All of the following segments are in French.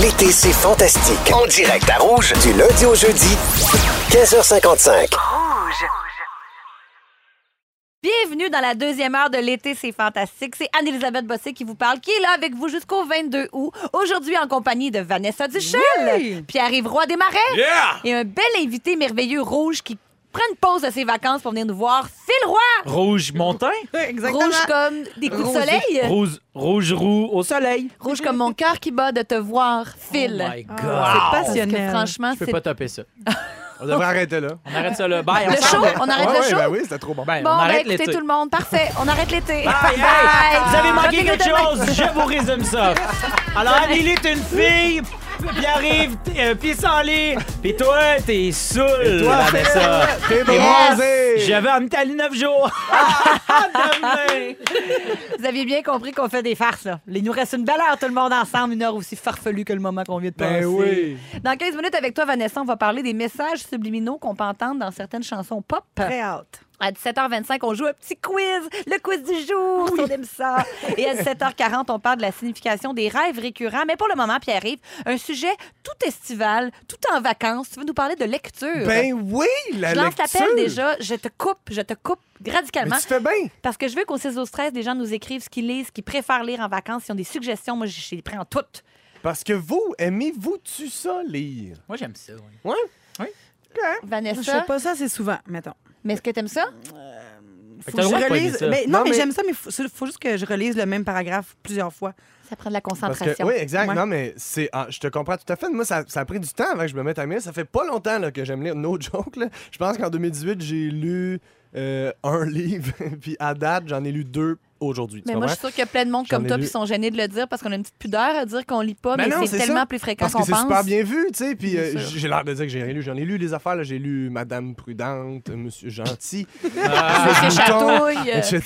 L'été, c'est fantastique. En direct à Rouge, du lundi au jeudi, 15h55. Bienvenue dans la deuxième heure de l'été, c'est fantastique. C'est Anne-Elisabeth Bossé qui vous parle, qui est là avec vous jusqu'au 22 août. Aujourd'hui, en compagnie de Vanessa Duchel, Pierre-Yves Roy Desmarais et un bel invité merveilleux rouge qui prend une pause de ses vacances pour venir nous voir, Phil Roy! Rouge montain, Exactement. Rouge comme des coups de soleil, rouge, rouge roux au soleil. rouge comme mon cœur qui bat de te voir, Phil. Oh my God. C'est Parce que passionnel. franchement, Je Ah. c'est peux pas taper ça. On devrait arrêter là. On arrête ça là. Bye, le show, on arrête ouais, le ouais, show. ben oui, c'était trop bon. Ben, Bon, on ben arrête écoutez l'été. tout le monde, parfait, on arrête l'été. Bye, hey! Bye. Vous avez manqué Revenez quelque demain. chose, je vous résume ça. Alors, Anneli est une fille, puis arrive, euh, pissenlit, puis toi, t'es saoul. Toi, avec ça. T'es Je bronzé! vais en Italie 9 jours. Demain. Vous aviez bien compris qu'on fait des farces, là. Il nous reste une belle heure, tout le monde ensemble, une heure aussi farfelue que le moment qu'on vient de passer. Ben oui! Dans 15 minutes avec toi, Vanessa, on va parler des messages subliminaux qu'on peut entendre dans certaines chansons pop. Très hâte. À 17h25, on joue un petit quiz, le quiz du jour, si on aime ça. Et à 17h40, on parle de la signification des rêves récurrents. Mais pour le moment, Pierre-Yves, un sujet tout estival, tout en vacances. Tu veux nous parler de lecture? Ben oui! La je lance lecture. l'appel déjà, je te coupe, je te coupe Mais radicalement. tu fais bien! Parce que je veux qu'au 6 au 13, les gens nous écrivent ce qu'ils lisent, ce qu'ils préfèrent lire en vacances. S'ils ont des suggestions, moi, je je les prends toutes. Parce que vous, aimez-vous-tu ça lire? Moi, j'aime ça. oui. Je fais Vanessa, pas ça assez souvent, mettons. mais est-ce que t'aimes ça? Fait que t'as Faut que le je droit de pas aimer relise. ça. Mais, non, Non, mais, mais- j'aime ça, mais faut, faut juste que je relise le même paragraphe plusieurs fois. Ça prend de la Parce concentration. que, oui, exact. Ouais. Non, mais c'est, ah, je te comprends tout à fait. Moi, ça, ça a pris du temps avant que je me mette à lire. Ça fait pas longtemps là, que j'aime lire. No joke. là. Je pense qu'en 2018, j'ai lu euh, un livre. Puis à date, j'en ai lu deux aujourd'hui. Tu Mais moi, je comprends? suis sûre qu'il y a plein de monde J'en comme ai toi lu. qui sont gênés de le dire parce qu'on a une petite pudeur à dire qu'on lit pas, Ben mais non, c'est c'est tellement ça. plus fréquent Parce qu'on que c'est pense. super bien vu, tu sais. Puis euh, Bien sûr. j'ai l'air de dire que j'ai rien lu. J'en ai lu des affaires. là. J'ai lu Madame Prudente, Monsieur Gentil, Monsieur Monsieur Mouton, Chatouille, euh, etc.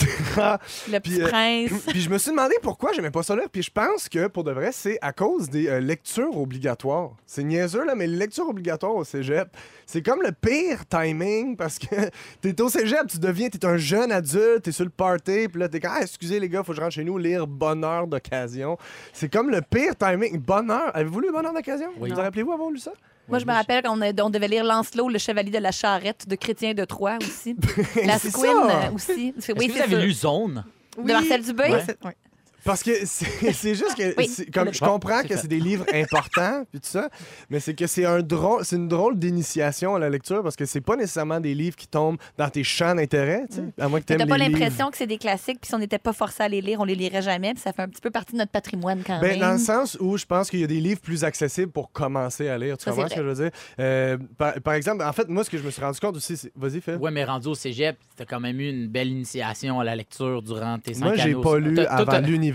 le puis, petit euh, prince. Puis je me suis demandé pourquoi j'aimais pas ça là. Puis je pense que pour de vrai, c'est à cause des euh, lectures obligatoires. C'est niaiseux là, mais les lectures obligatoires au cégep, c'est comme le pire timing parce que t'es au cégep, tu deviens, t'es un jeune adulte, t'es sur le party, puis là t'es comme, ah, excusez les gars, faut que je rentre chez nous lire Bonheur d'occasion. C'est comme le pire timing. Bonheur, avez-vous lu Bonheur d'occasion Oui. Vous en rappelez-vous avoir lu ça Moi, je me rappelle qu'on a- on devait lire Lancelot, le chevalier de la charrette de Chrétien de Troyes aussi. la C'est Squin ça. euh, aussi. Est-ce C'est- Oui, que vous c'est avez ça. lu Zone? De Marcel Dubé. Ouais. C'est- ouais. Parce que c'est c'est juste que Oui. c'est comme je Bon, comprends c'est que fait. c'est des livres importants puis tout ça, mais c'est que c'est un drôle, c'est une drôle d'initiation à la lecture parce que c'est pas nécessairement des livres qui tombent dans tes champs d'intérêt, tu sais, à moins que Mais T'as t'aimes pas les livres. l'impression Mm. que c'est des classiques, puis si on n'était pas forcé à les lire, on les lirait jamais, puis ça fait un petit peu partie de notre patrimoine quand Ben, même. dans le sens où je pense qu'il y a des livres plus accessibles pour commencer à lire. Tu Ça, c'est comprends ce que je veux dire? Euh, par, par exemple, en fait, moi, ce que je me suis rendu compte aussi, c'est- vas-y, Phil. Ouais, mais rendu au cégep, t'as quand même eu une belle initiation à la lecture durant tes cinq moi, j'ai années. pas lu avant lu. l'université.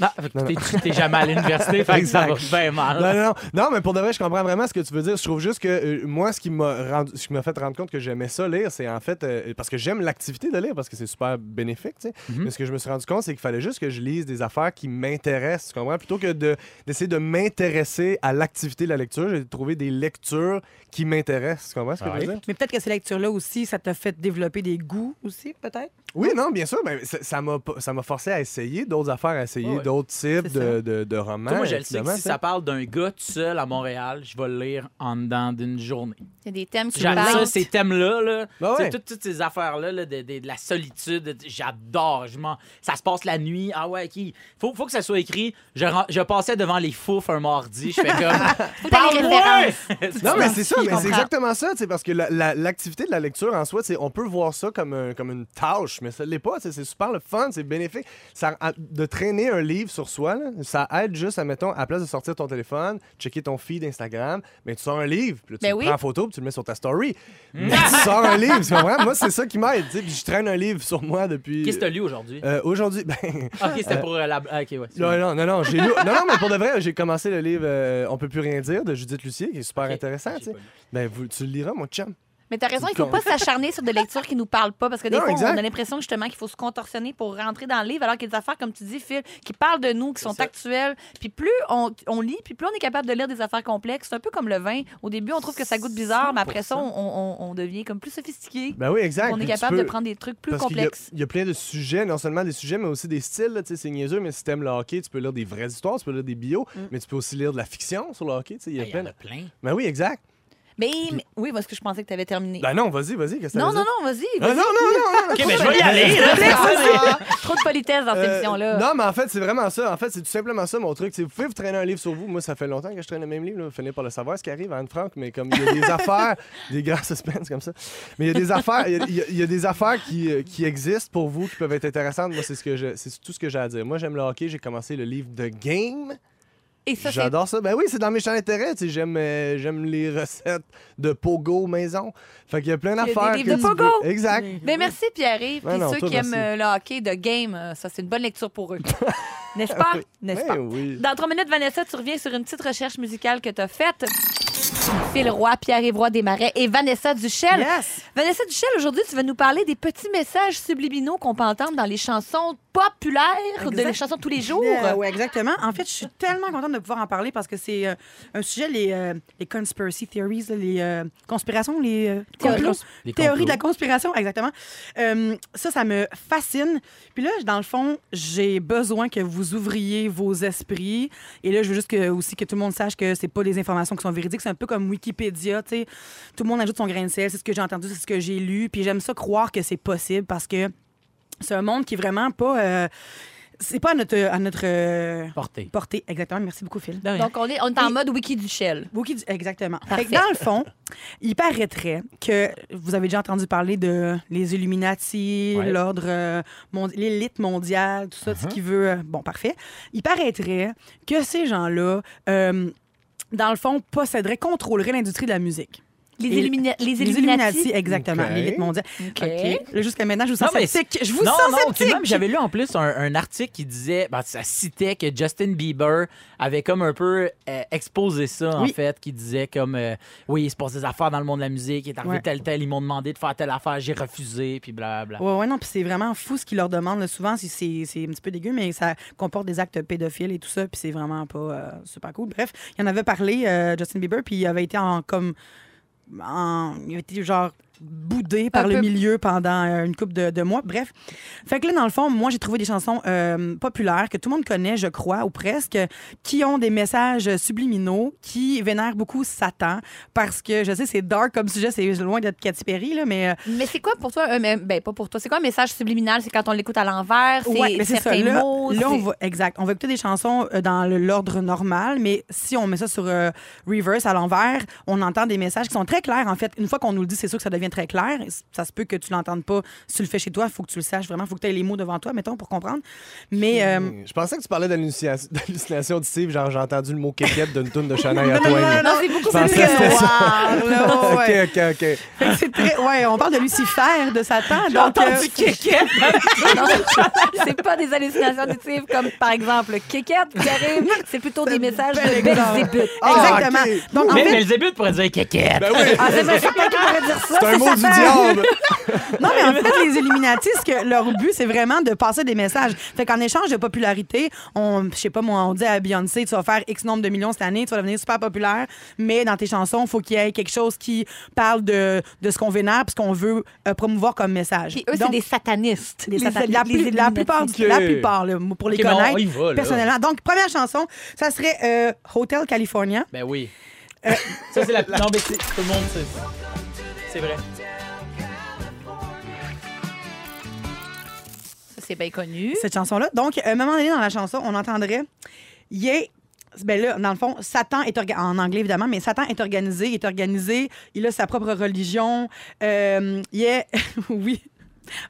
Non, fait que Non, non. t'es- t'es jamais à l'université, fait que ça va bien Non, mal. non, non. Non, mais pour de vrai, je comprends vraiment ce que tu veux dire. Je trouve juste que euh, moi, ce qui m'a rendu- ce qui m'a fait rendre compte que j'aimais ça lire, c'est en fait euh, parce que j'aime l'activité de lire parce que c'est super bénéfique, tu sais. Mhm. Mais ce que je me suis rendu compte, c'est qu'il fallait juste que je lise des affaires qui m'intéressent, tu comprends? Plutôt que de- d'essayer de, m'intéresser à l'activité de la lecture, j'ai trouvé des lectures qui m'intéressent, tu comprends ce que je veux dire? Mais peut-être que ces lectures-là aussi, ça t'a fait développer des goûts aussi, peut-être. Oui, non, bien sûr, mais ça- ça m'a pas- ça m'a forcé à essayer d'autres affaires, à essayer Ouais, ouais. d'autres types C'est ça. de, de- de romans. Toi, moi, je le sais que évidemment, si tu sais. ça parle d'un gars tout seul à Montréal, je vais le lire en dedans d'une journée. Il y a des thèmes qui J'aime ça, parlent. ces thèmes-là. Là. Ben Tu sais, ouais. toutes, toutes ces affaires-là là, de, de- de la solitude, j'adore. Je m'en- Ça se passe la nuit. Ah ouais, qui faut, faut que ça soit écrit. Je, ren- je passais devant les fouf un mardi. Je fais comme. que t'aies les Parle-moi! Non, mais c'est Merci, ça, je mais comprends. c'est exactement ça, tu sais, parce que la- la- l'activité de la lecture en soi, tu sais, on peut voir ça comme, un- comme une tâche, mais ça l'est pas. tu sais, C'est super le fun, c'est bénéfique. Ça, à- de traîner un livre sur soi, là, ça aide juste, à, mettons, à la place de sortir ton téléphone, checker ton feed Instagram, mais tu sors un livre, puis là, tu Ben le oui. prends en photo, puis tu le mets sur ta story. Mm. Mais tu sors un livre, tu comprends? Moi, c'est ça qui m'aide. tu sais, Puis je traîne un livre sur moi depuis. Qu'est-ce que t'as lu aujourd'hui? Euh, Aujourd'hui, ben. ok, c'était pour euh, la. ah, Ok, ouais. Non, non, non, non, j'ai lu- non, non, mais pour de vrai, j'ai commencé le livre euh, On peut plus rien dire de Judith Lucier, qui est super Ok. intéressant. J'ai tu sais. pas lu. Ben, vous- tu le liras, mon chum. Mais t'as raison, il faut pas s'acharner sur des lectures qui nous parlent pas parce que des Non, fois, exact. on a l'impression justement qu'il faut se contorsionner pour rentrer dans le livre alors qu'il y a des affaires, comme tu dis, Phil, qui parlent de nous, qui sont actuelles. Puis plus on, on lit, puis plus on est capable de lire des affaires complexes. C'est un peu comme le vin. Au début, on trouve que ça goûte bizarre, mais après ça, on, on- on devient comme plus sophistiqué. Ben oui, exact. on est Puis tu capable de peux- prendre des trucs plus Parce qu'il y a- complexes. Il y, a plein de sujets, non seulement des sujets, mais aussi des styles. là, tu sais, C'est niaiseux, mais si t'aimes le hockey, tu peux lire des vraies histoires, tu peux lire des bios, Mm. mais tu peux aussi lire de la fiction sur le hockey. tu sais, Il y a Il y plein en de- a plein. Ben oui, exact. Mais, mais- oui, parce que je pensais que tu avais terminé. Ben non, vas-y, vas-y. qu'est-ce que non, t'avais non, dit? non, vas-y. Ah, non, vas-y. non, non, non, Ok, mais je vais y aller, là. Trop de politesse dans cette Euh, émission-là. non, mais en fait, c'est vraiment ça. En fait, c'est tout simplement ça mon truc. C'est, vous pouvez vous traîner un livre sur vous. Moi, ça fait longtemps que je traîne le même livre. Là. Vous finissez par le savoir, ce qui arrive à Anne-Franck, mais comme il y a des affaires, des grands suspens comme ça. Mais il y a des affaires, il y a- il y a, il y a des affaires qui, euh, qui existent pour vous, qui peuvent être intéressantes. Moi, c'est, ce que je- c'est tout ce que j'ai à dire. Moi, j'aime le hockey. J'ai commencé le livre de Game. Et ça, c'est J'adore ça. Ben oui, c'est dans mes champs d'intérêt. tu sais, J'aime, euh, j'aime les recettes de Pogo maison. Fait qu'il y a plein y a des d'affaires. livres de que tu Pogo. peux- Exact. Ben merci Pierre-Yves. Ouais, Puis non, ceux toi, qui aiment merci. euh, le hockey de game, euh, ça c'est une bonne lecture pour eux. N'est-ce pas? N'est-ce Ben pas? oui. Dans trois minutes, Vanessa, tu reviens sur une petite recherche musicale que tu as faite. Phil Roy, Pierre-Yves Roy Desmarais et Vanessa Duchel. Yes! Vanessa Duchel, aujourd'hui, tu vas nous parler des petits messages subliminaux qu'on peut entendre dans les chansons populaires, de Exact. les chansons de tous les jours. Euh, oui, exactement. En fait, je suis tellement contente de pouvoir en parler parce que c'est euh, un sujet, les, euh, les conspiracy theories, là, les euh, conspirations, les euh, Théories. complots. Les Théorie complots. de la conspiration, exactement. Euh, ça, ça me fascine. Puis là, dans le fond, j'ai besoin que vous ouvriez vos esprits. Et là, je veux juste que, aussi que tout le monde sache que c'est pas des informations qui sont véridiques. C'est un peu comme Wikipédia, tu sais. Tout le monde ajoute son grain de sel. C'est ce que j'ai entendu, c'est ce que j'ai lu. Puis j'aime ça croire que c'est possible parce que c'est un monde qui est vraiment pas... euh, c'est pas à notre, à notre euh, Portée. portée, exactement. Merci beaucoup, Phil. Donc, on est, on est en Et- mode Wiki Duchel. Wiki du- Exactement. Fait que Parfait. dans le fond, il paraîtrait que vous avez déjà entendu parler de les Illuminati, Ouais. Uh-huh. l'ordre, euh, mon- l'élite mondiale, tout ça, ce qui veut. euh, Bon, parfait. Il paraîtrait que ces gens-là, euh, dans le fond, posséderaient, contrôleraient l'industrie de la musique. Les, Et- Illumina- les Les Illuminati. Illuminati, exactement. Ok. L'élite mondiale. OK. OK. Là, Jusqu'à maintenant, je vous Non, sens mais sceptique. Je vous non, sens non, puis sceptique. même, j'avais lu en plus un, un article qui disait, ben, ça citait que Justin Bieber avait comme un peu euh, exposé ça, Oui. en fait, qui disait comme, euh, oui, il se passe des affaires dans le monde de la musique, il est arrivé Ouais. tel tel, ils m'ont demandé de faire telle affaire, j'ai refusé, puis blablabla. Ouais, ouais, non, puis c'est vraiment fou ce qu'ils leur demandent. là. Souvent, c'est- c'est c'est un petit peu dégueu, mais ça comporte des actes pédophiles et tout ça, puis c'est vraiment pas euh, super cool. Bref, il en avait parlé, euh, Justin Bieber, puis il avait été en comme. en- il avait été genre boudé par Un le peu- milieu pendant euh, une couple de, de mois. Bref. Fait que là, dans le fond, moi, j'ai trouvé des chansons euh, populaires que tout le monde connaît, je crois, ou presque, qui ont des messages subliminaux, qui vénèrent beaucoup Satan, parce que, je sais, c'est dark comme sujet, c'est loin d'être Katy Perry, là, mais euh, Mais c'est quoi pour toi, un, mais- ben pas pour toi, c'est quoi un message subliminal? C'est quand on l'écoute à l'envers, c'est Ouais, mais c'est ça. certains Là, mots. là, on c'est- va, exact. On va écouter des chansons euh, dans le- l'ordre normal, mais si on met ça sur euh, reverse à l'envers, on entend des messages qui sont très clairs. En fait, une fois qu'on nous le dit, c'est sûr que ça devient très clair. Et c- Ça se peut que tu l'entendes pas. Si tu le fais chez toi, il faut que tu le saches vraiment. Il faut que tu aies les mots devant toi, mettons, pour comprendre. Mais euh, Je pensais que tu parlais d'hallucination d'hallucination auditive, genre j'ai entendu le mot kékette d'une toune de Chanel non, à non, toi. non, non, c'est beaucoup pensais c'est que c'était très ça. noir, là, Ok, ouais. ok, ok. Fait que c'est très- ouais, on parle de Lucifer, de Satan. euh, J'ai Entendu kékette! Non, c'est pas des hallucinations auditives comme par exemple Kékette qui arrive. C'est plutôt des messages de Belzébuth. Exactement. Ah, ok. Donc, en Même fait, Belzébuth pourrait dire kékette! Ben oui, Ah, c'est vrai, c'est quelqu'un qui pourrait dire ça. c'est un mot du diable. Non, mais en fait, les Illuminatis, ce que leur but, c'est vraiment de passer des messages. Fait qu'en échange de popularité, on, je sais pas moi, on dit à Beyoncé, tu vas faire X nombre de millions cette année, tu vas devenir super populaire, mais dans tes chansons, faut qu'il y ait quelque chose qui parle de, de ce qu'on vénère puis ce qu'on veut euh, promouvoir comme message. Puis eux, c'est Donc, des satanistes. les Les satan- satan- la, les plus- la Illuminati. plupart, du- la plupart là, pour les Ok, mais on- connaître, on y va, là. personnellement. Donc, première chanson, ça serait euh, Hotel California. Ben oui. ça, c'est la... Non, mais c'est- tout le monde sait ça. C'est vrai. Ça, c'est bien connu. cette chanson-là. Donc, à un moment donné dans la chanson, on entendrait Yeah. Ben là, dans le fond, Satan est orga- en anglais évidemment, mais Satan est organisé, est organisé. Il a sa propre religion. Euh, yeah, oui.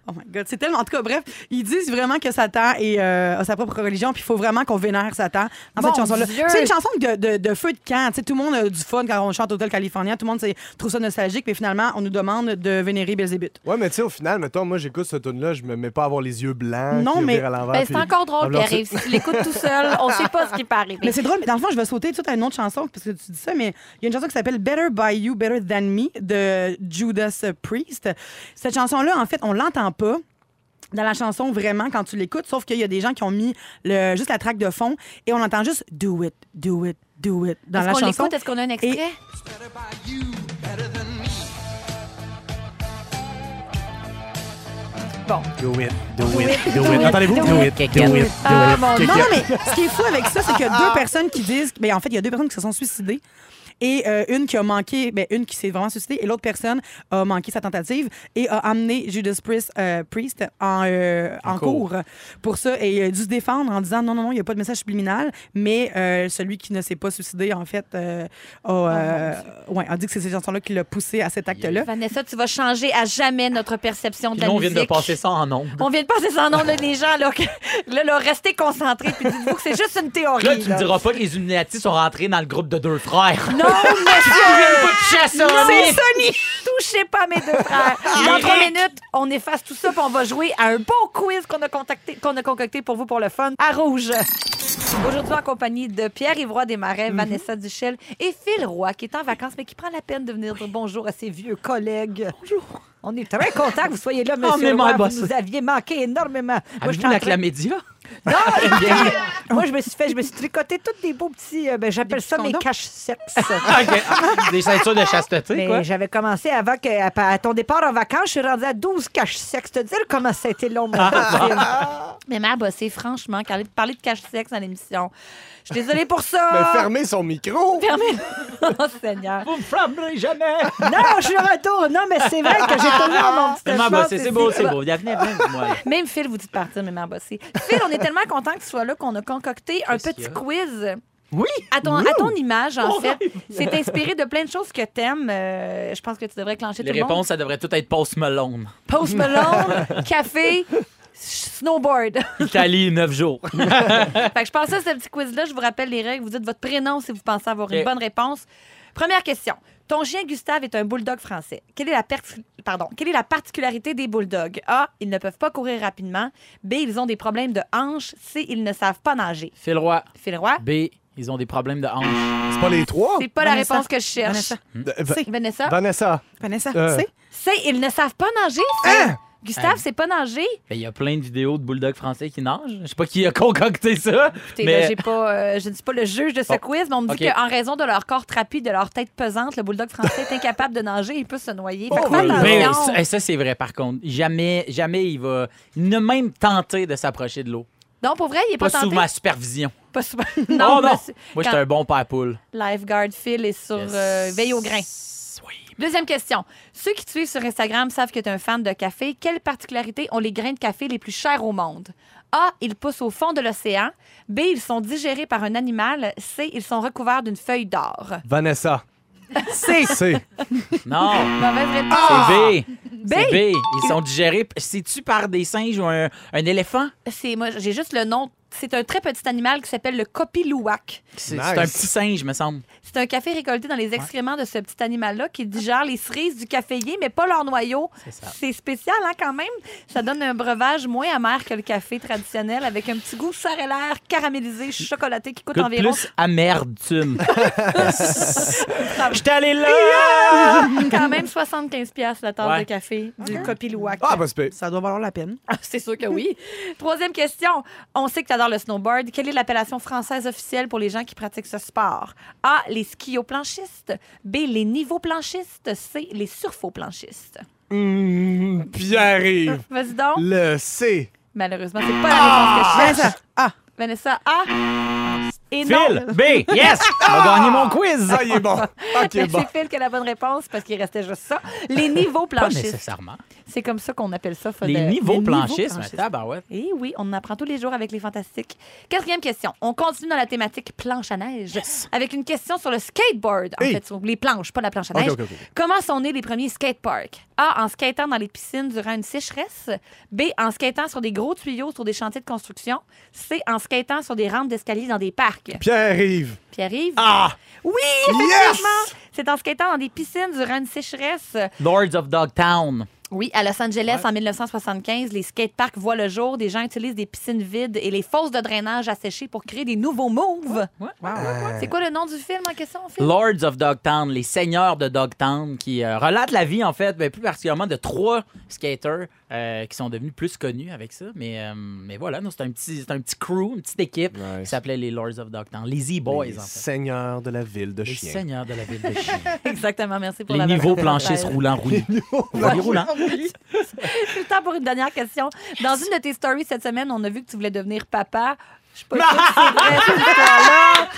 Oh my God, c'est tellement. En tout cas, bref, ils disent vraiment que Satan est, euh, a sa propre religion, puis il faut vraiment qu'on vénère Satan dans Mon cette chanson-là. Dieu! C'est une chanson de, de- de feu de camp. Tu sais, tout le monde a du fun quand on chante Hotel California. Tout le monde c'est- trouve ça nostalgique, mais finalement, on nous demande de vénérer Belzébuth. Ouais, mais tu sais, au final, mettons, moi, j'écoute ce tune-là, je me mets pas à avoir les yeux blancs. Non, puis mais- ouvrir à l'envers, Ben, puis- c'est encore drôle, Alors, Pierre-Yves. Si tu l'écoutes tout seul, on sait pas ce qui peut Mais arriver. c'est drôle, mais dans le fond, je vais sauter tout à une autre chanson parce que tu dis ça, mais il y a une chanson qui s'appelle Better by You, Better Than Me de Judas Priest. Cette chanson-là, en fait, on l'entend pas. Dans la chanson, vraiment, quand tu l'écoutes, sauf qu'il y a des gens qui ont mis le, juste la traque de fond et on entend juste Do it, do it, do it dans Est-ce la qu'on chanson. l'écoute? Est-ce qu'on a un extrait? Et- Do it, do it, do it. Entendez-vous? Do it, do it, do it. Ah, mon Dieu. Non, non, mais ce qui est fou avec ça, c'est qu'il y a deux personnes qui disent. Mais en fait, il y a deux personnes qui se sont suicidées. Et euh, une qui a manqué, ben, une qui s'est vraiment suicidée, et l'autre personne a manqué sa tentative et a amené Judas Priest, euh, Priest en, euh, en cours. pour ça. Et il a dû se défendre en disant non, non, non, il n'y a pas de message subliminal. Mais euh, celui qui ne s'est pas suicidé, en fait, euh, a, euh, ouais, a dit que c'est ces chansons-là qui l'ont poussé à cet acte-là. Vanessa, tu vas changer à jamais notre perception de Puis la nous, on musique. vient de passer ça en ondes. On vient de passer ça en nom de les gens, là. que- là, là, restez concentrés, puis dites-vous que c'est juste une théorie. Là, tu me là. diras pas que les Illuminati sont rentrés dans le groupe de deux frères. Non, monsieur! Chasse Non, Sonic! Sony! Ah, Touchez pas à mes deux frères. Dans trois minutes, on efface tout ça, puis on va jouer à un beau quiz qu'on a, contacté- qu'on a concocté pour vous pour le fun à Rouge. Aujourd'hui, en compagnie de Pierre-Yvroy Desmarais, Vanessa Duchel et Phil Roy, qui est en vacances, mais qui prend la peine de venir dire bonjour à ses vieux collègues. Bonjour. On est très contents que vous soyez là, monsieur. mais Roy. my Vous boss. nous aviez manqué énormément. Moi, je Avez-vous suis en la train- clamédia? non, moi, je me suis fait, je me suis tricoté tous des beaux petits, euh, ben, j'appelle ça mes condoms? caches-sexes. OK. Des ceintures de chasteté, quoi. Mais j'avais commencé avant que, à, à ton départ en vacances, je suis rendue à 12 caches-sexes. Te dire comment ça a été long, Ah. mon Mais ma bossé, franchement, quand parler de cache-sexe dans l'émission, je suis désolée pour ça. Mais Ben, fermez son micro! Oh, Seigneur. Vous me frapperez jamais! Non, je suis de retour. Non, mais c'est vrai que j'ai toujours mon petit Maman chemin, bossé, ben, c'est beau, c'est beau. Venez, venez, venez, moi. Même Phil vous dit de partir, mais mère bossée. Phil, on est tellement content que tu sois là qu'on a concocté un Qu'est-ce qu'il petit y a? quiz. Oui! Oh À ton, à ton image, en Mon fait. C'est inspiré de plein de choses que t'aimes. Euh, je pense que tu devrais clencher Les tout le monde. réponses, ça devrait tout être Post Malone. Post Mm. Malone, café, snowboard. Italie, 9 jours. fait que je pensais à ce petit quiz-là. Je vous rappelle les règles. Vous dites votre prénom si vous pensez avoir une Ok. bonne réponse. Première question. Ton chien Gustave est un bulldog français. Quelle est la, per- Pardon. Quelle est la particularité des bulldogs? A. Ils ne peuvent pas courir rapidement. B. Ils ont des problèmes de hanches. C. Ils ne savent pas nager. Phil Roy. Phil Roy? Oh, B. Ils ont des problèmes de hanche. C'est pas les trois? C'est pas Vanessa. la réponse que je cherche. Vanessa. Hmm. De- Va- C'est- Vanessa? Vanessa. Vanessa, Euh. tu sais? C. Ils ne savent pas nager. C. Hein? Gustave, c'est pas nager. Ben, Il y a plein de vidéos de bulldogs français qui nagent. Je sais pas qui a concocté ça. Écoutez, là, Mais j'ai pas, euh, je ne suis pas le juge de ce Bon. quiz, mais on me dit OK. qu'en raison de leur corps trapu, de leur tête pesante, le bulldog français est incapable de nager, il peut se noyer. Fait que faites Oh, Mais attention. Ben, ça, hey, ça, c'est vrai, par contre. Jamais, jamais il va. Il n'a même tenté de s'approcher de l'eau. Donc, pour vrai, il est Pas pas, sous tenté. ma supervision. Pas sous- oh non! monsieur. Moi, Quand j'étais un bon père poule. Lifeguard Phil est sur Yes. euh, Veille au grain. Oui. Deuxième question. Ceux qui te suivent sur Instagram savent que tu es un fan de café. Quelles particularités ont les grains de café les plus chers au monde? A. Ils poussent au fond de l'océan. B. Ils sont digérés par un animal. C. Ils sont recouverts d'une feuille d'or. Vanessa. C'est. C'est. Non! Mauvaise réponse. C'est B. B. Ah! C'est B. Ils sont digérés. p- C'est-tu par des singes ou un, un éléphant? C'est moi, j'ai juste le nom. C'est un très petit animal qui s'appelle le copilouac. C'est Nice. c'est un petit singe, me semble. C'est un café récolté dans les excréments de ce petit animal-là qui digère les cerises du caféier, mais pas leur noyau. C'est ça. C'est spécial, hein, quand même. Ça donne un breuvage moins amer que le café traditionnel, avec un petit goût sarelaire caramélisé, chocolaté qui coûte Goûte environ. plus amertume. J'étais allé là! quand même 75 pièces la tasse Ouais. de café du copilouac. Ah, pas c'est Ça doit valoir la peine. C'est sûr que oui. Troisième question. On sait que tu adores le snowboard. Quelle est l'appellation française officielle pour les gens qui pratiquent ce sport? A. Les skiopplanchistes. B. Les niveaux-planchistes. C. Les surfaux-planchistes. Hum, Pierre-Yves. Vas-y donc. Le C. Ah! Malheureusement, c'est pas la réponse que je cherche. Vanessa. Ah, Vanessa A. Et non, Ah! Phil, B, yes! On va gagner mon quiz! Ah, il est bon. Ah, il est Mais bon. c'est Phil qui a la bonne réponse parce qu'il restait juste ça. Les niveaux Pas planchistes. nécessairement. C'est comme ça qu'on appelle ça. Faudrait- Les niveaux niveaux planchistes, mais planchistes. tabarouette. Eh oui, on en apprend tous les jours avec les fantastiques. Quatrième question. On continue dans la thématique planche à neige avec une question sur le skateboard. En Hey. fait, sur les planches, pas la planche à Ok, neige. ok, ok. Comment sont nés les premiers skateparks? A. En skatant dans les piscines durant une sécheresse. B. En skatant sur des gros tuyaux sur des chantiers de construction. C. En skatant sur des rampes d'escalier dans des parcs. Pierre-Yves. Pierre-Yves? Ah! Oui, effectivement! C'est en skatant dans des piscines durant une sécheresse. Lords of Dogtown. Oui, à Los Angeles, en 1975, les skateparks voient le jour. Des gens utilisent des piscines vides et les fosses de drainage asséchées pour créer des nouveaux moves. C'est quoi le nom du film en question, Phil? Lords of Dogtown, les seigneurs de Dogtown, qui euh, relatent la vie, en fait, mais plus particulièrement de trois skaters euh, qui sont devenus plus connus avec ça. Mais, euh, mais voilà, nous, c'est un, petit, c'est un petit crew, une petite équipe qui Nice. s'appelait les Lords of Dogtown, les E-Boys, en fait. Seigneur de la ville de Les Chien. seigneurs de la ville de Chine. Exactement, merci pour les la niveaux bonne planchistes réponse. roulants roulis. Les roulants. Plus le temps pour une dernière question. Dans une de tes stories cette semaine, on a vu que tu voulais devenir papa. Je sais pas sûre que c'est vrai, cette histoire-là.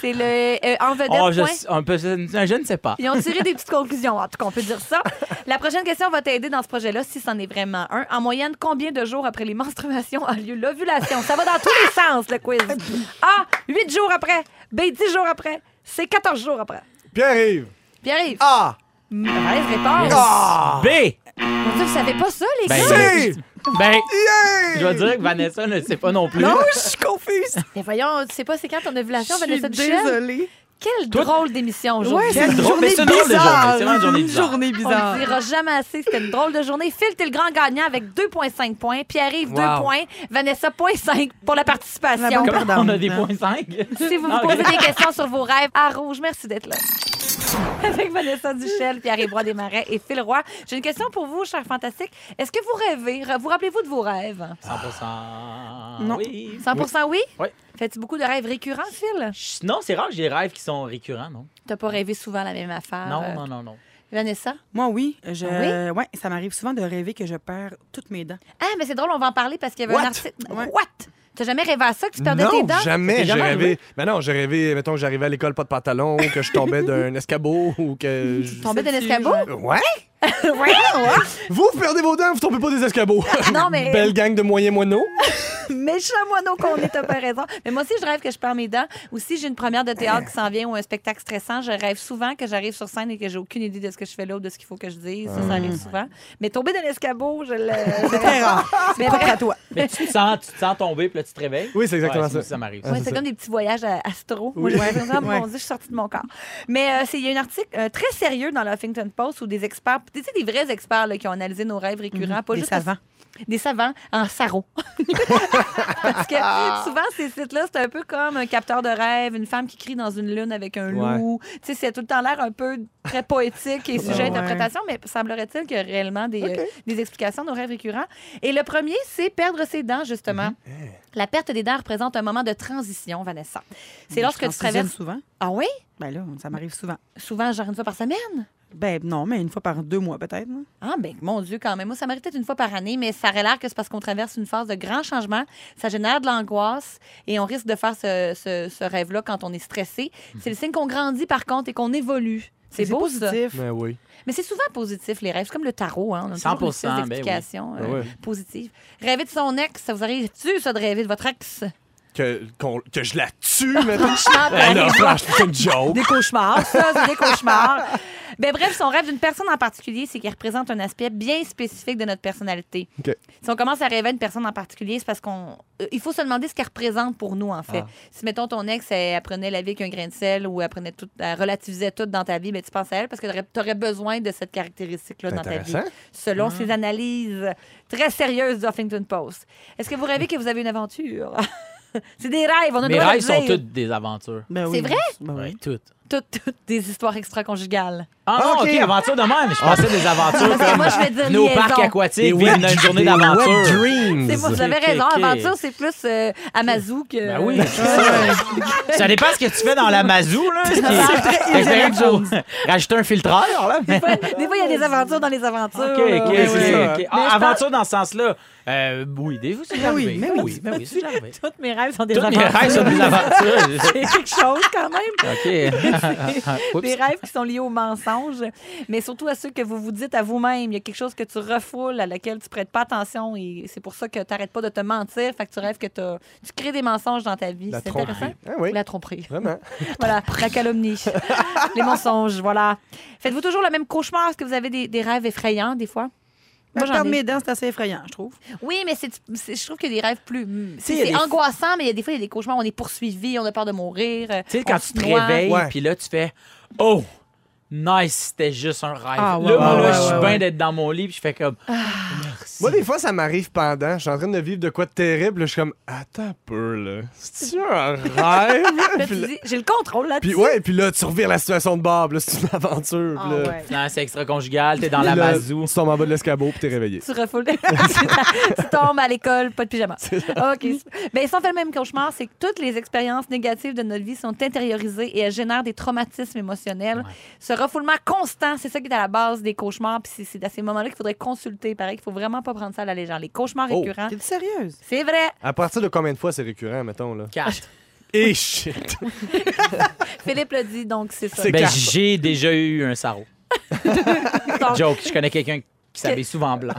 C'est le... euh, en vedette, Oh, je, point. un peu- je ne sais pas. Ils ont tiré des petites conclusions, en tout cas, on peut dire ça. La prochaine question va t'aider dans ce projet-là, si c'en est vraiment un. En moyenne, combien de jours après les menstruations a lieu l'ovulation? Ça va dans tous les sens, le quiz. A, 8 jours après. B, 10 jours après. C, 14 jours après. Pierre-Yves. Pierre-Yves, Ah. mauvaise réponse. Ah. B! Mon Dieu, vous savez pas ça, les Ben, gars? C'est. Ben, Yeah. je vais dire que Vanessa ne sait pas non plus. Mais voyons, tu sais pas c'est quand ton ovulation, Je suis Vanessa Duchel? désolée. Quelle drôle d'émission aujourd'hui. Ouais, c'est une drôle, journée mais c'est une drôle de bizarre. journée, c'est vraiment une journée bizarre. journée On ne bizarre. dira jamais assez. C'était une drôle de journée. Phil, t'es le grand gagnant avec 2,5 points. Pierre-Yves, 2 points. Vanessa, 0,5 pour la participation. La bonne Comment on a des Pardon. points 5? Si vous vous Ah, ok. posez des questions sur vos rêves, à Rouge, merci d'être là. Avec Vanessa Duchel, Pierre-Ébrois Desmarais et Phil Roy. J'ai une question pour vous, chers fantastiques. Est-ce que vous rêvez? Re- Vous rappelez-vous de vos rêves? 100%. Non. Oui. 100 oui? Oui. Fais-tu beaucoup de rêves récurrents, Phil? Chut, Non, c'est rare que j'ai des rêves qui sont récurrents, non? T'as pas rêvé souvent la même affaire? euh, non, non, non, non. Vanessa? Moi, oui. Je... Ah ouais, ça m'arrive souvent de rêver que je perds toutes mes dents. Ah, mais c'est drôle, on va en parler parce qu'il y avait un What? article. Ouais. What? T'as jamais rêvé à ça que tu perdais tes Non, dents? jamais. T'es J'ai jamais rêvé. arrivé? Ben non, j'ai rêvé, mettons, que j'arrivais à l'école pas de pantalon, ou que je tombais d'un escabeau, ou que. je- Tombé d'un escabeau? Ouais? Vous, vous perdez vos dents, vous tombez pas des escabeaux. Ah, Non, mais- Belle gang de moyens moineaux. Méchant moineau qu'on est, t'as pas raison. Mais moi aussi, je rêve que je perds mes dents. Aussi, j'ai une première de théâtre qui s'en vient ou un spectacle stressant. Je rêve souvent que j'arrive sur scène et que j'ai aucune idée de ce que je fais là ou de ce qu'il faut que je dise. Ça, ça arrive souvent. Mais tomber dans l'escabeau, je le. C'est très rare. C'est propre à toi. Mais tu te sens, tu te sens tomber, puis là, tu te réveilles. Oui, c'est exactement Ouais, moi ça. aussi, Ça m'arrive. Ouais, c'est comme des petits voyages à astro. Moi, je me suis dit, Ah, mon Dieu, je suis sortie de mon corps. Mais euh, c'est- il y a un article euh, très sérieux dans le Huffington Post où des experts, tu sais, des vrais experts là, qui ont analysé nos rêves récurrents, pas des juste savants. des savants en sarrau. Parce que souvent, ces sites-là, c'est un peu comme un capteur de rêve, une femme qui crie dans une lune avec un Ouais. loup. Tu sais, c'est tout le temps l'air un peu très poétique et sujet à Ouais. interprétation, mais semblerait-il qu'il y a réellement des, euh, des explications de nos rêves récurrents. Et le premier, c'est perdre ses dents, justement. La perte des dents représente un moment de transition, Vanessa. C'est lorsque tu travailles traverses. souvent. Ah oui? Ben là, ça m'arrive souvent. Souvent, genre une fois par semaine? Ben non, mais une fois par deux mois peut-être. là. Ah, ben, mon Dieu, quand même. Moi, ça m'arrive peut-être une fois par année, mais ça aurait l'air que c'est parce qu'on traverse une phase de grand changement. Ça génère de l'angoisse et on risque de faire ce, ce- ce rêve-là quand on est stressé. C'est le signe qu'on grandit, par contre, et qu'on évolue. C'est beau, ça. positif. Ben oui. Mais c'est souvent positif, les rêves. C'est comme le tarot, hein. On a toujours 100%, une espèce ben oui. d'explication, euh, Ben ouais. positive. Rêver de son ex, ça vous arrive-tu, ça, de rêver de votre ex? Que, qu'on- que je la tue, mettons. Ah, Ben non, franchement, c'est une joke. Des cauchemars, ça, c'est des cauchemars. Ben, bref, son rêve d'une personne en particulier, c'est qu'il représente un aspect bien spécifique de notre personnalité. OK. Si on commence à rêver à une personne en particulier, c'est parce qu'on. euh, Il faut se demander ce qu'elle représente pour nous, en fait. Ah. Si, mettons, ton ex, elle, elle prenait la vie avec un grain de sel ou elle, prenait tout, elle relativisait tout dans ta vie, ben, tu penses à elle parce que tu aurais besoin de cette caractéristique-là C'est dans ta vie. intéressant. Selon ses analyses très sérieuses du Huffington Post. Est-ce que vous rêvez que vous avez une aventure? c'est des rêves, on a le Mes droit de rêves le sont dire. toutes des aventures. Ben C'est vrai? Ben oui. Oui, toutes. toutes, toutes des histoires extra-conjugales. Ah non, Ah, OK, ok. Ah. aventure de même. Je pensais des aventures Parce que comme moi, je vais dire nos liaison. parcs aquatiques, Des vivre une journée d'aventure. dreams. C'est moi, vous avez Ok, raison. ok. Aventure, c'est plus euh, Amazou que. Ben oui. ça dépend ce que tu fais dans la mazou, là. ce qui est- Expérience pour rajouter un filtreur, là. mais- Des fois, des fois, il y a des aventures dans les aventures. OK, là. OK, Ouais, oui, c'est ça. OK. Ah, aventure dans ce sens-là. Euh, oui, des fois, c'est Ben oui, arrivé. mais Ben oui. ben oui, c'est arrivé. Toutes mes rêves sont des Toutes mes aventures. rêves sont des aventures. C'est quelque chose quand même. OK. Oups. Des rêves qui sont liés aux mensonges, mais surtout à ceux que vous vous dites à vous-même. Il y a quelque chose que tu refoules, à laquelle tu prêtes pas attention, et c'est pour ça que tu n'arrêtes pas de te mentir. Fait que tu rêves que t'as- tu crées des mensonges dans ta vie. La C'est intéressant. tromperie. Ah oui, La tromperie. vraiment. Voilà, la calomnie. les mensonges, voilà. Faites-vous toujours le même cauchemar? Est-ce que vous avez des, des rêves effrayants, des fois? Moi, j'en perdre ai. mes dents, c'est assez effrayant, je trouve. Oui, mais c'est, c'est- je trouve qu'il y a des rêves plus. mm, sais, il y a C'est des- angoissant, mais il y a des fois, il y a des cauchemars. On est poursuivi, on a peur de mourir. Tu sais, on quand se tu te noie. réveilles, Ouais. puis là, tu fais Oh, nice, c'était juste un rêve. Ah, ouais, là, moi, là, ouais, ouais, je suis ouais, bien ouais. d'être dans mon lit, puis je fais comme Moi, des fois, ça m'arrive pendant. Je suis en train de vivre de quoi de terrible. là, Je suis comme, attends un peu, là. C'est-tu un rêve? Là, tu puis, là- dis, j'ai le contrôle là-dessus. puis ouais, puis là, tu revires la situation de barbe. là, C'est une aventure. Ah, Ah puis là, Non, c'est extra-conjugal, t'es dans puis la là, mazou. Tu tombes en bas de l'escabeau, puis t'es réveillé. Tu refoules. tu tombes à l'école, pas de pyjama. OK. Mais si on fait le même cauchemar, c'est que toutes les expériences négatives de notre vie sont intériorisées et elles génèrent des traumatismes émotionnels. Ce refoulement constant, c'est ça qui est à la base des cauchemars. Puis c'est- c'est à ces moments-là qu'il faudrait consulter. Pareil, qu'il faut vraiment pas prendre ça à la légère. Les cauchemars Oh. récurrents, T'es sérieuse? c'est vrai. À partir de combien de fois c'est récurrent, mettons, là? Quatre. Et Eh, shit! Philippe le dit, donc c'est ça. C'est Ben, quatre. j'ai déjà eu un sarreau. Donc, Joke, je connais quelqu'un qui s'habille souvent en blanc.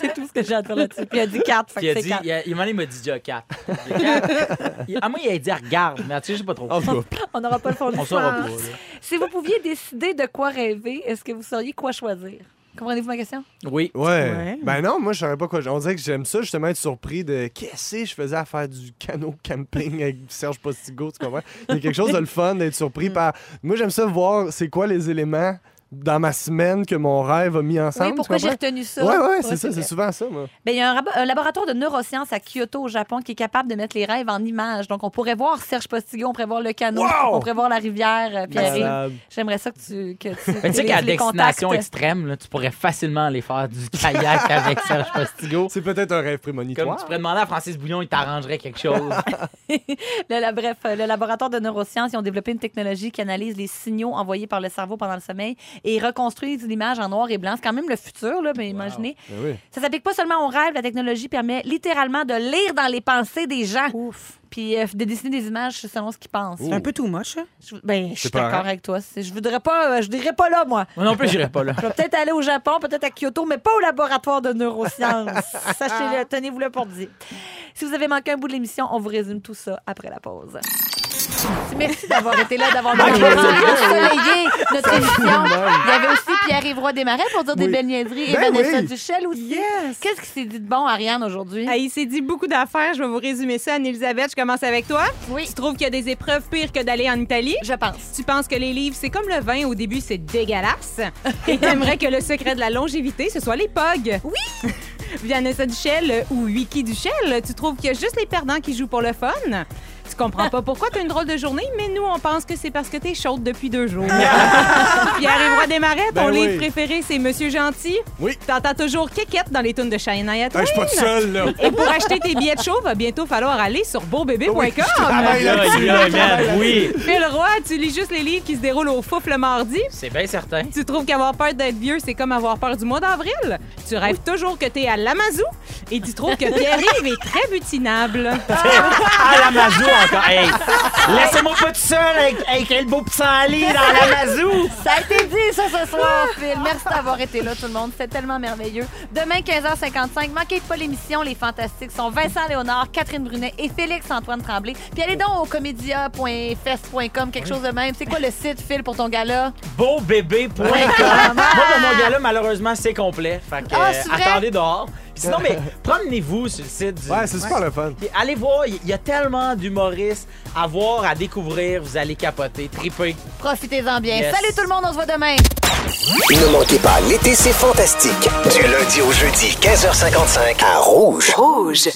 c'est tout ce que j'ai à dire là-dessus. Puis il a dit quatre, fait Puis il a que c'est dit, quatre. il, a- il m'a il m'a dit déjà quatre. Il a dit quatre. Il- À moi, il a dit Ah, regarde, mais tu sais, je sais pas trop. En tout cas, On n'aura pas le fond du On saura pas. soir. là. Si vous pouviez décider de quoi rêver, est-ce que vous sauriez quoi choisir? Comprenez-vous ma question? Oui. ouais. Ben non, moi, je saurais pas quoi. On dirait que j'aime ça, justement, être surpris de qu'est-ce que je faisais à faire du canot camping avec Serge Postigo, tu comprends? Il y a quelque chose de le fun d'être surpris par. Moi, j'aime ça voir c'est quoi les éléments dans ma semaine que mon rêve a mis ensemble. oui, tu pourquoi j'ai comprends? retenu ça? Ouais, ouais, c'est ça, vrai. c'est souvent ça, moi. Ben, il y a un, rabo- un laboratoire de neurosciences à Kyoto, au Japon, qui est capable de mettre les rêves en images. Donc, on pourrait voir Serge Postigo, on pourrait voir le canot, Wow! on pourrait voir la rivière, euh, Pierre. Malade. J'aimerais ça que tu. Que tu, Mais tu sais que qu'à tu les destination contactes. extrême, là, tu pourrais facilement aller faire du kayak avec Serge Postigo. C'est peut-être un rêve prémonitoire. Comme tu pourrais demander à Francis Bouillon, il t'arrangerait quelque chose. Le, la- bref, euh, le laboratoire de neurosciences, ils ont développé une technologie qui analyse les signaux envoyés par le cerveau pendant le sommeil et ils reconstruisent l'image en noir et blanc. C'est quand même le futur, là, mais imaginez. Ben oui. Ça s'applique pas seulement aux rêves. La technologie permet littéralement de lire dans les pensées des gens. Ouf. Puis euh, de dessiner des images selon ce qu'ils pensent. C'est un peu too much, hein? ça. Je, ben, je suis pas d'accord grave. avec toi. C'est- Je voudrais pas, euh, je dirais pas là, moi. Moi non plus, j'irais pas là. Je vais peut-être aller au Japon, peut-être à Kyoto, mais pas au laboratoire de neurosciences. Sachez-le, tenez-vous-le pour dire. Si vous avez manqué un bout de l'émission, on vous résume tout ça après la pause. Merci d'avoir été là, d'avoir Ah, rendu ensoleillé notre émission. Il y avait aussi Pierre-Yves Roy Desmarais pour dire des Oui. belles niaiseries Ben et Vanessa oui. Duchel aussi. Yes! Qu'est-ce qui s'est dit de bon, Ariane, aujourd'hui? Ah, il s'est dit beaucoup d'affaires. Je vais vous résumer ça, Anne-Elisabeth. Je commence avec toi. Oui, Tu trouves qu'il y a des épreuves pires que d'aller en Italie? je pense. Tu penses que les livres, c'est comme le vin. Au début, c'est dégueulasse. Et t'aimerais que le secret de la longévité, ce soit les pogs. Oui! Vanessa Duchel euh, ou Wiki Duchel, tu trouves qu'il y a juste les perdants qui jouent pour le fun? Tu comprends pas pourquoi t'as une drôle de journée, mais nous, on pense que c'est parce que t'es chaude depuis deux jours. Pierre-Yves Desmarais, Ben ton oui. livre préféré, c'est Monsieur Gentil. Oui. T'entends toujours Kékette dans les tunes de Shania Hey, je suis pas tout seul, là. Et pour acheter tes billets de show, va bientôt falloir aller sur beaubébé.com. Oui, Ah, ben je travaille Aïe, là-dessus. aïe, man, oui. Phil Roy, tu lis juste les livres qui se déroulent au fouf le mardi. C'est bien certain. Tu trouves qu'avoir peur d'être vieux, c'est comme avoir peur du mois d'avril. Tu rêves toujours que t'es à l'Amazou et tu trouves que Pierre-Yves est très butinable. Ah, la mazou encore. Hey, laissez-moi pas tout seul avec, avec le beau petit Ali dans la mazou. Ça a été dit, ça, ce soir, Phil. Merci d'avoir été là, tout le monde. C'était tellement merveilleux. Demain, 15h55, manquez pas l'émission. Les Fantastiques sont Vincent Léonard, Catherine Brunet et Félix-Antoine Tremblay. Puis allez donc au comédia.fest.com, quelque chose de même. C'est quoi le site, Phil, pour ton gala? Beaubébé.com. Moi, pour mon gars-là, malheureusement, c'est complet. Fait que, Ah, euh, c'est vrai? attendez dehors. Puis sinon, mais promenez-vous sur le site du. Ouais, c'est super le fun. Puis allez voir, il y a tellement d'humoristes à voir, à découvrir. Vous allez capoter, triper. Profitez-en bien. Yes. Salut tout le monde, on se voit demain. Ne manquez pas, l'été, c'est fantastique. Du lundi au jeudi, 15h55, à Rouge. Rouge.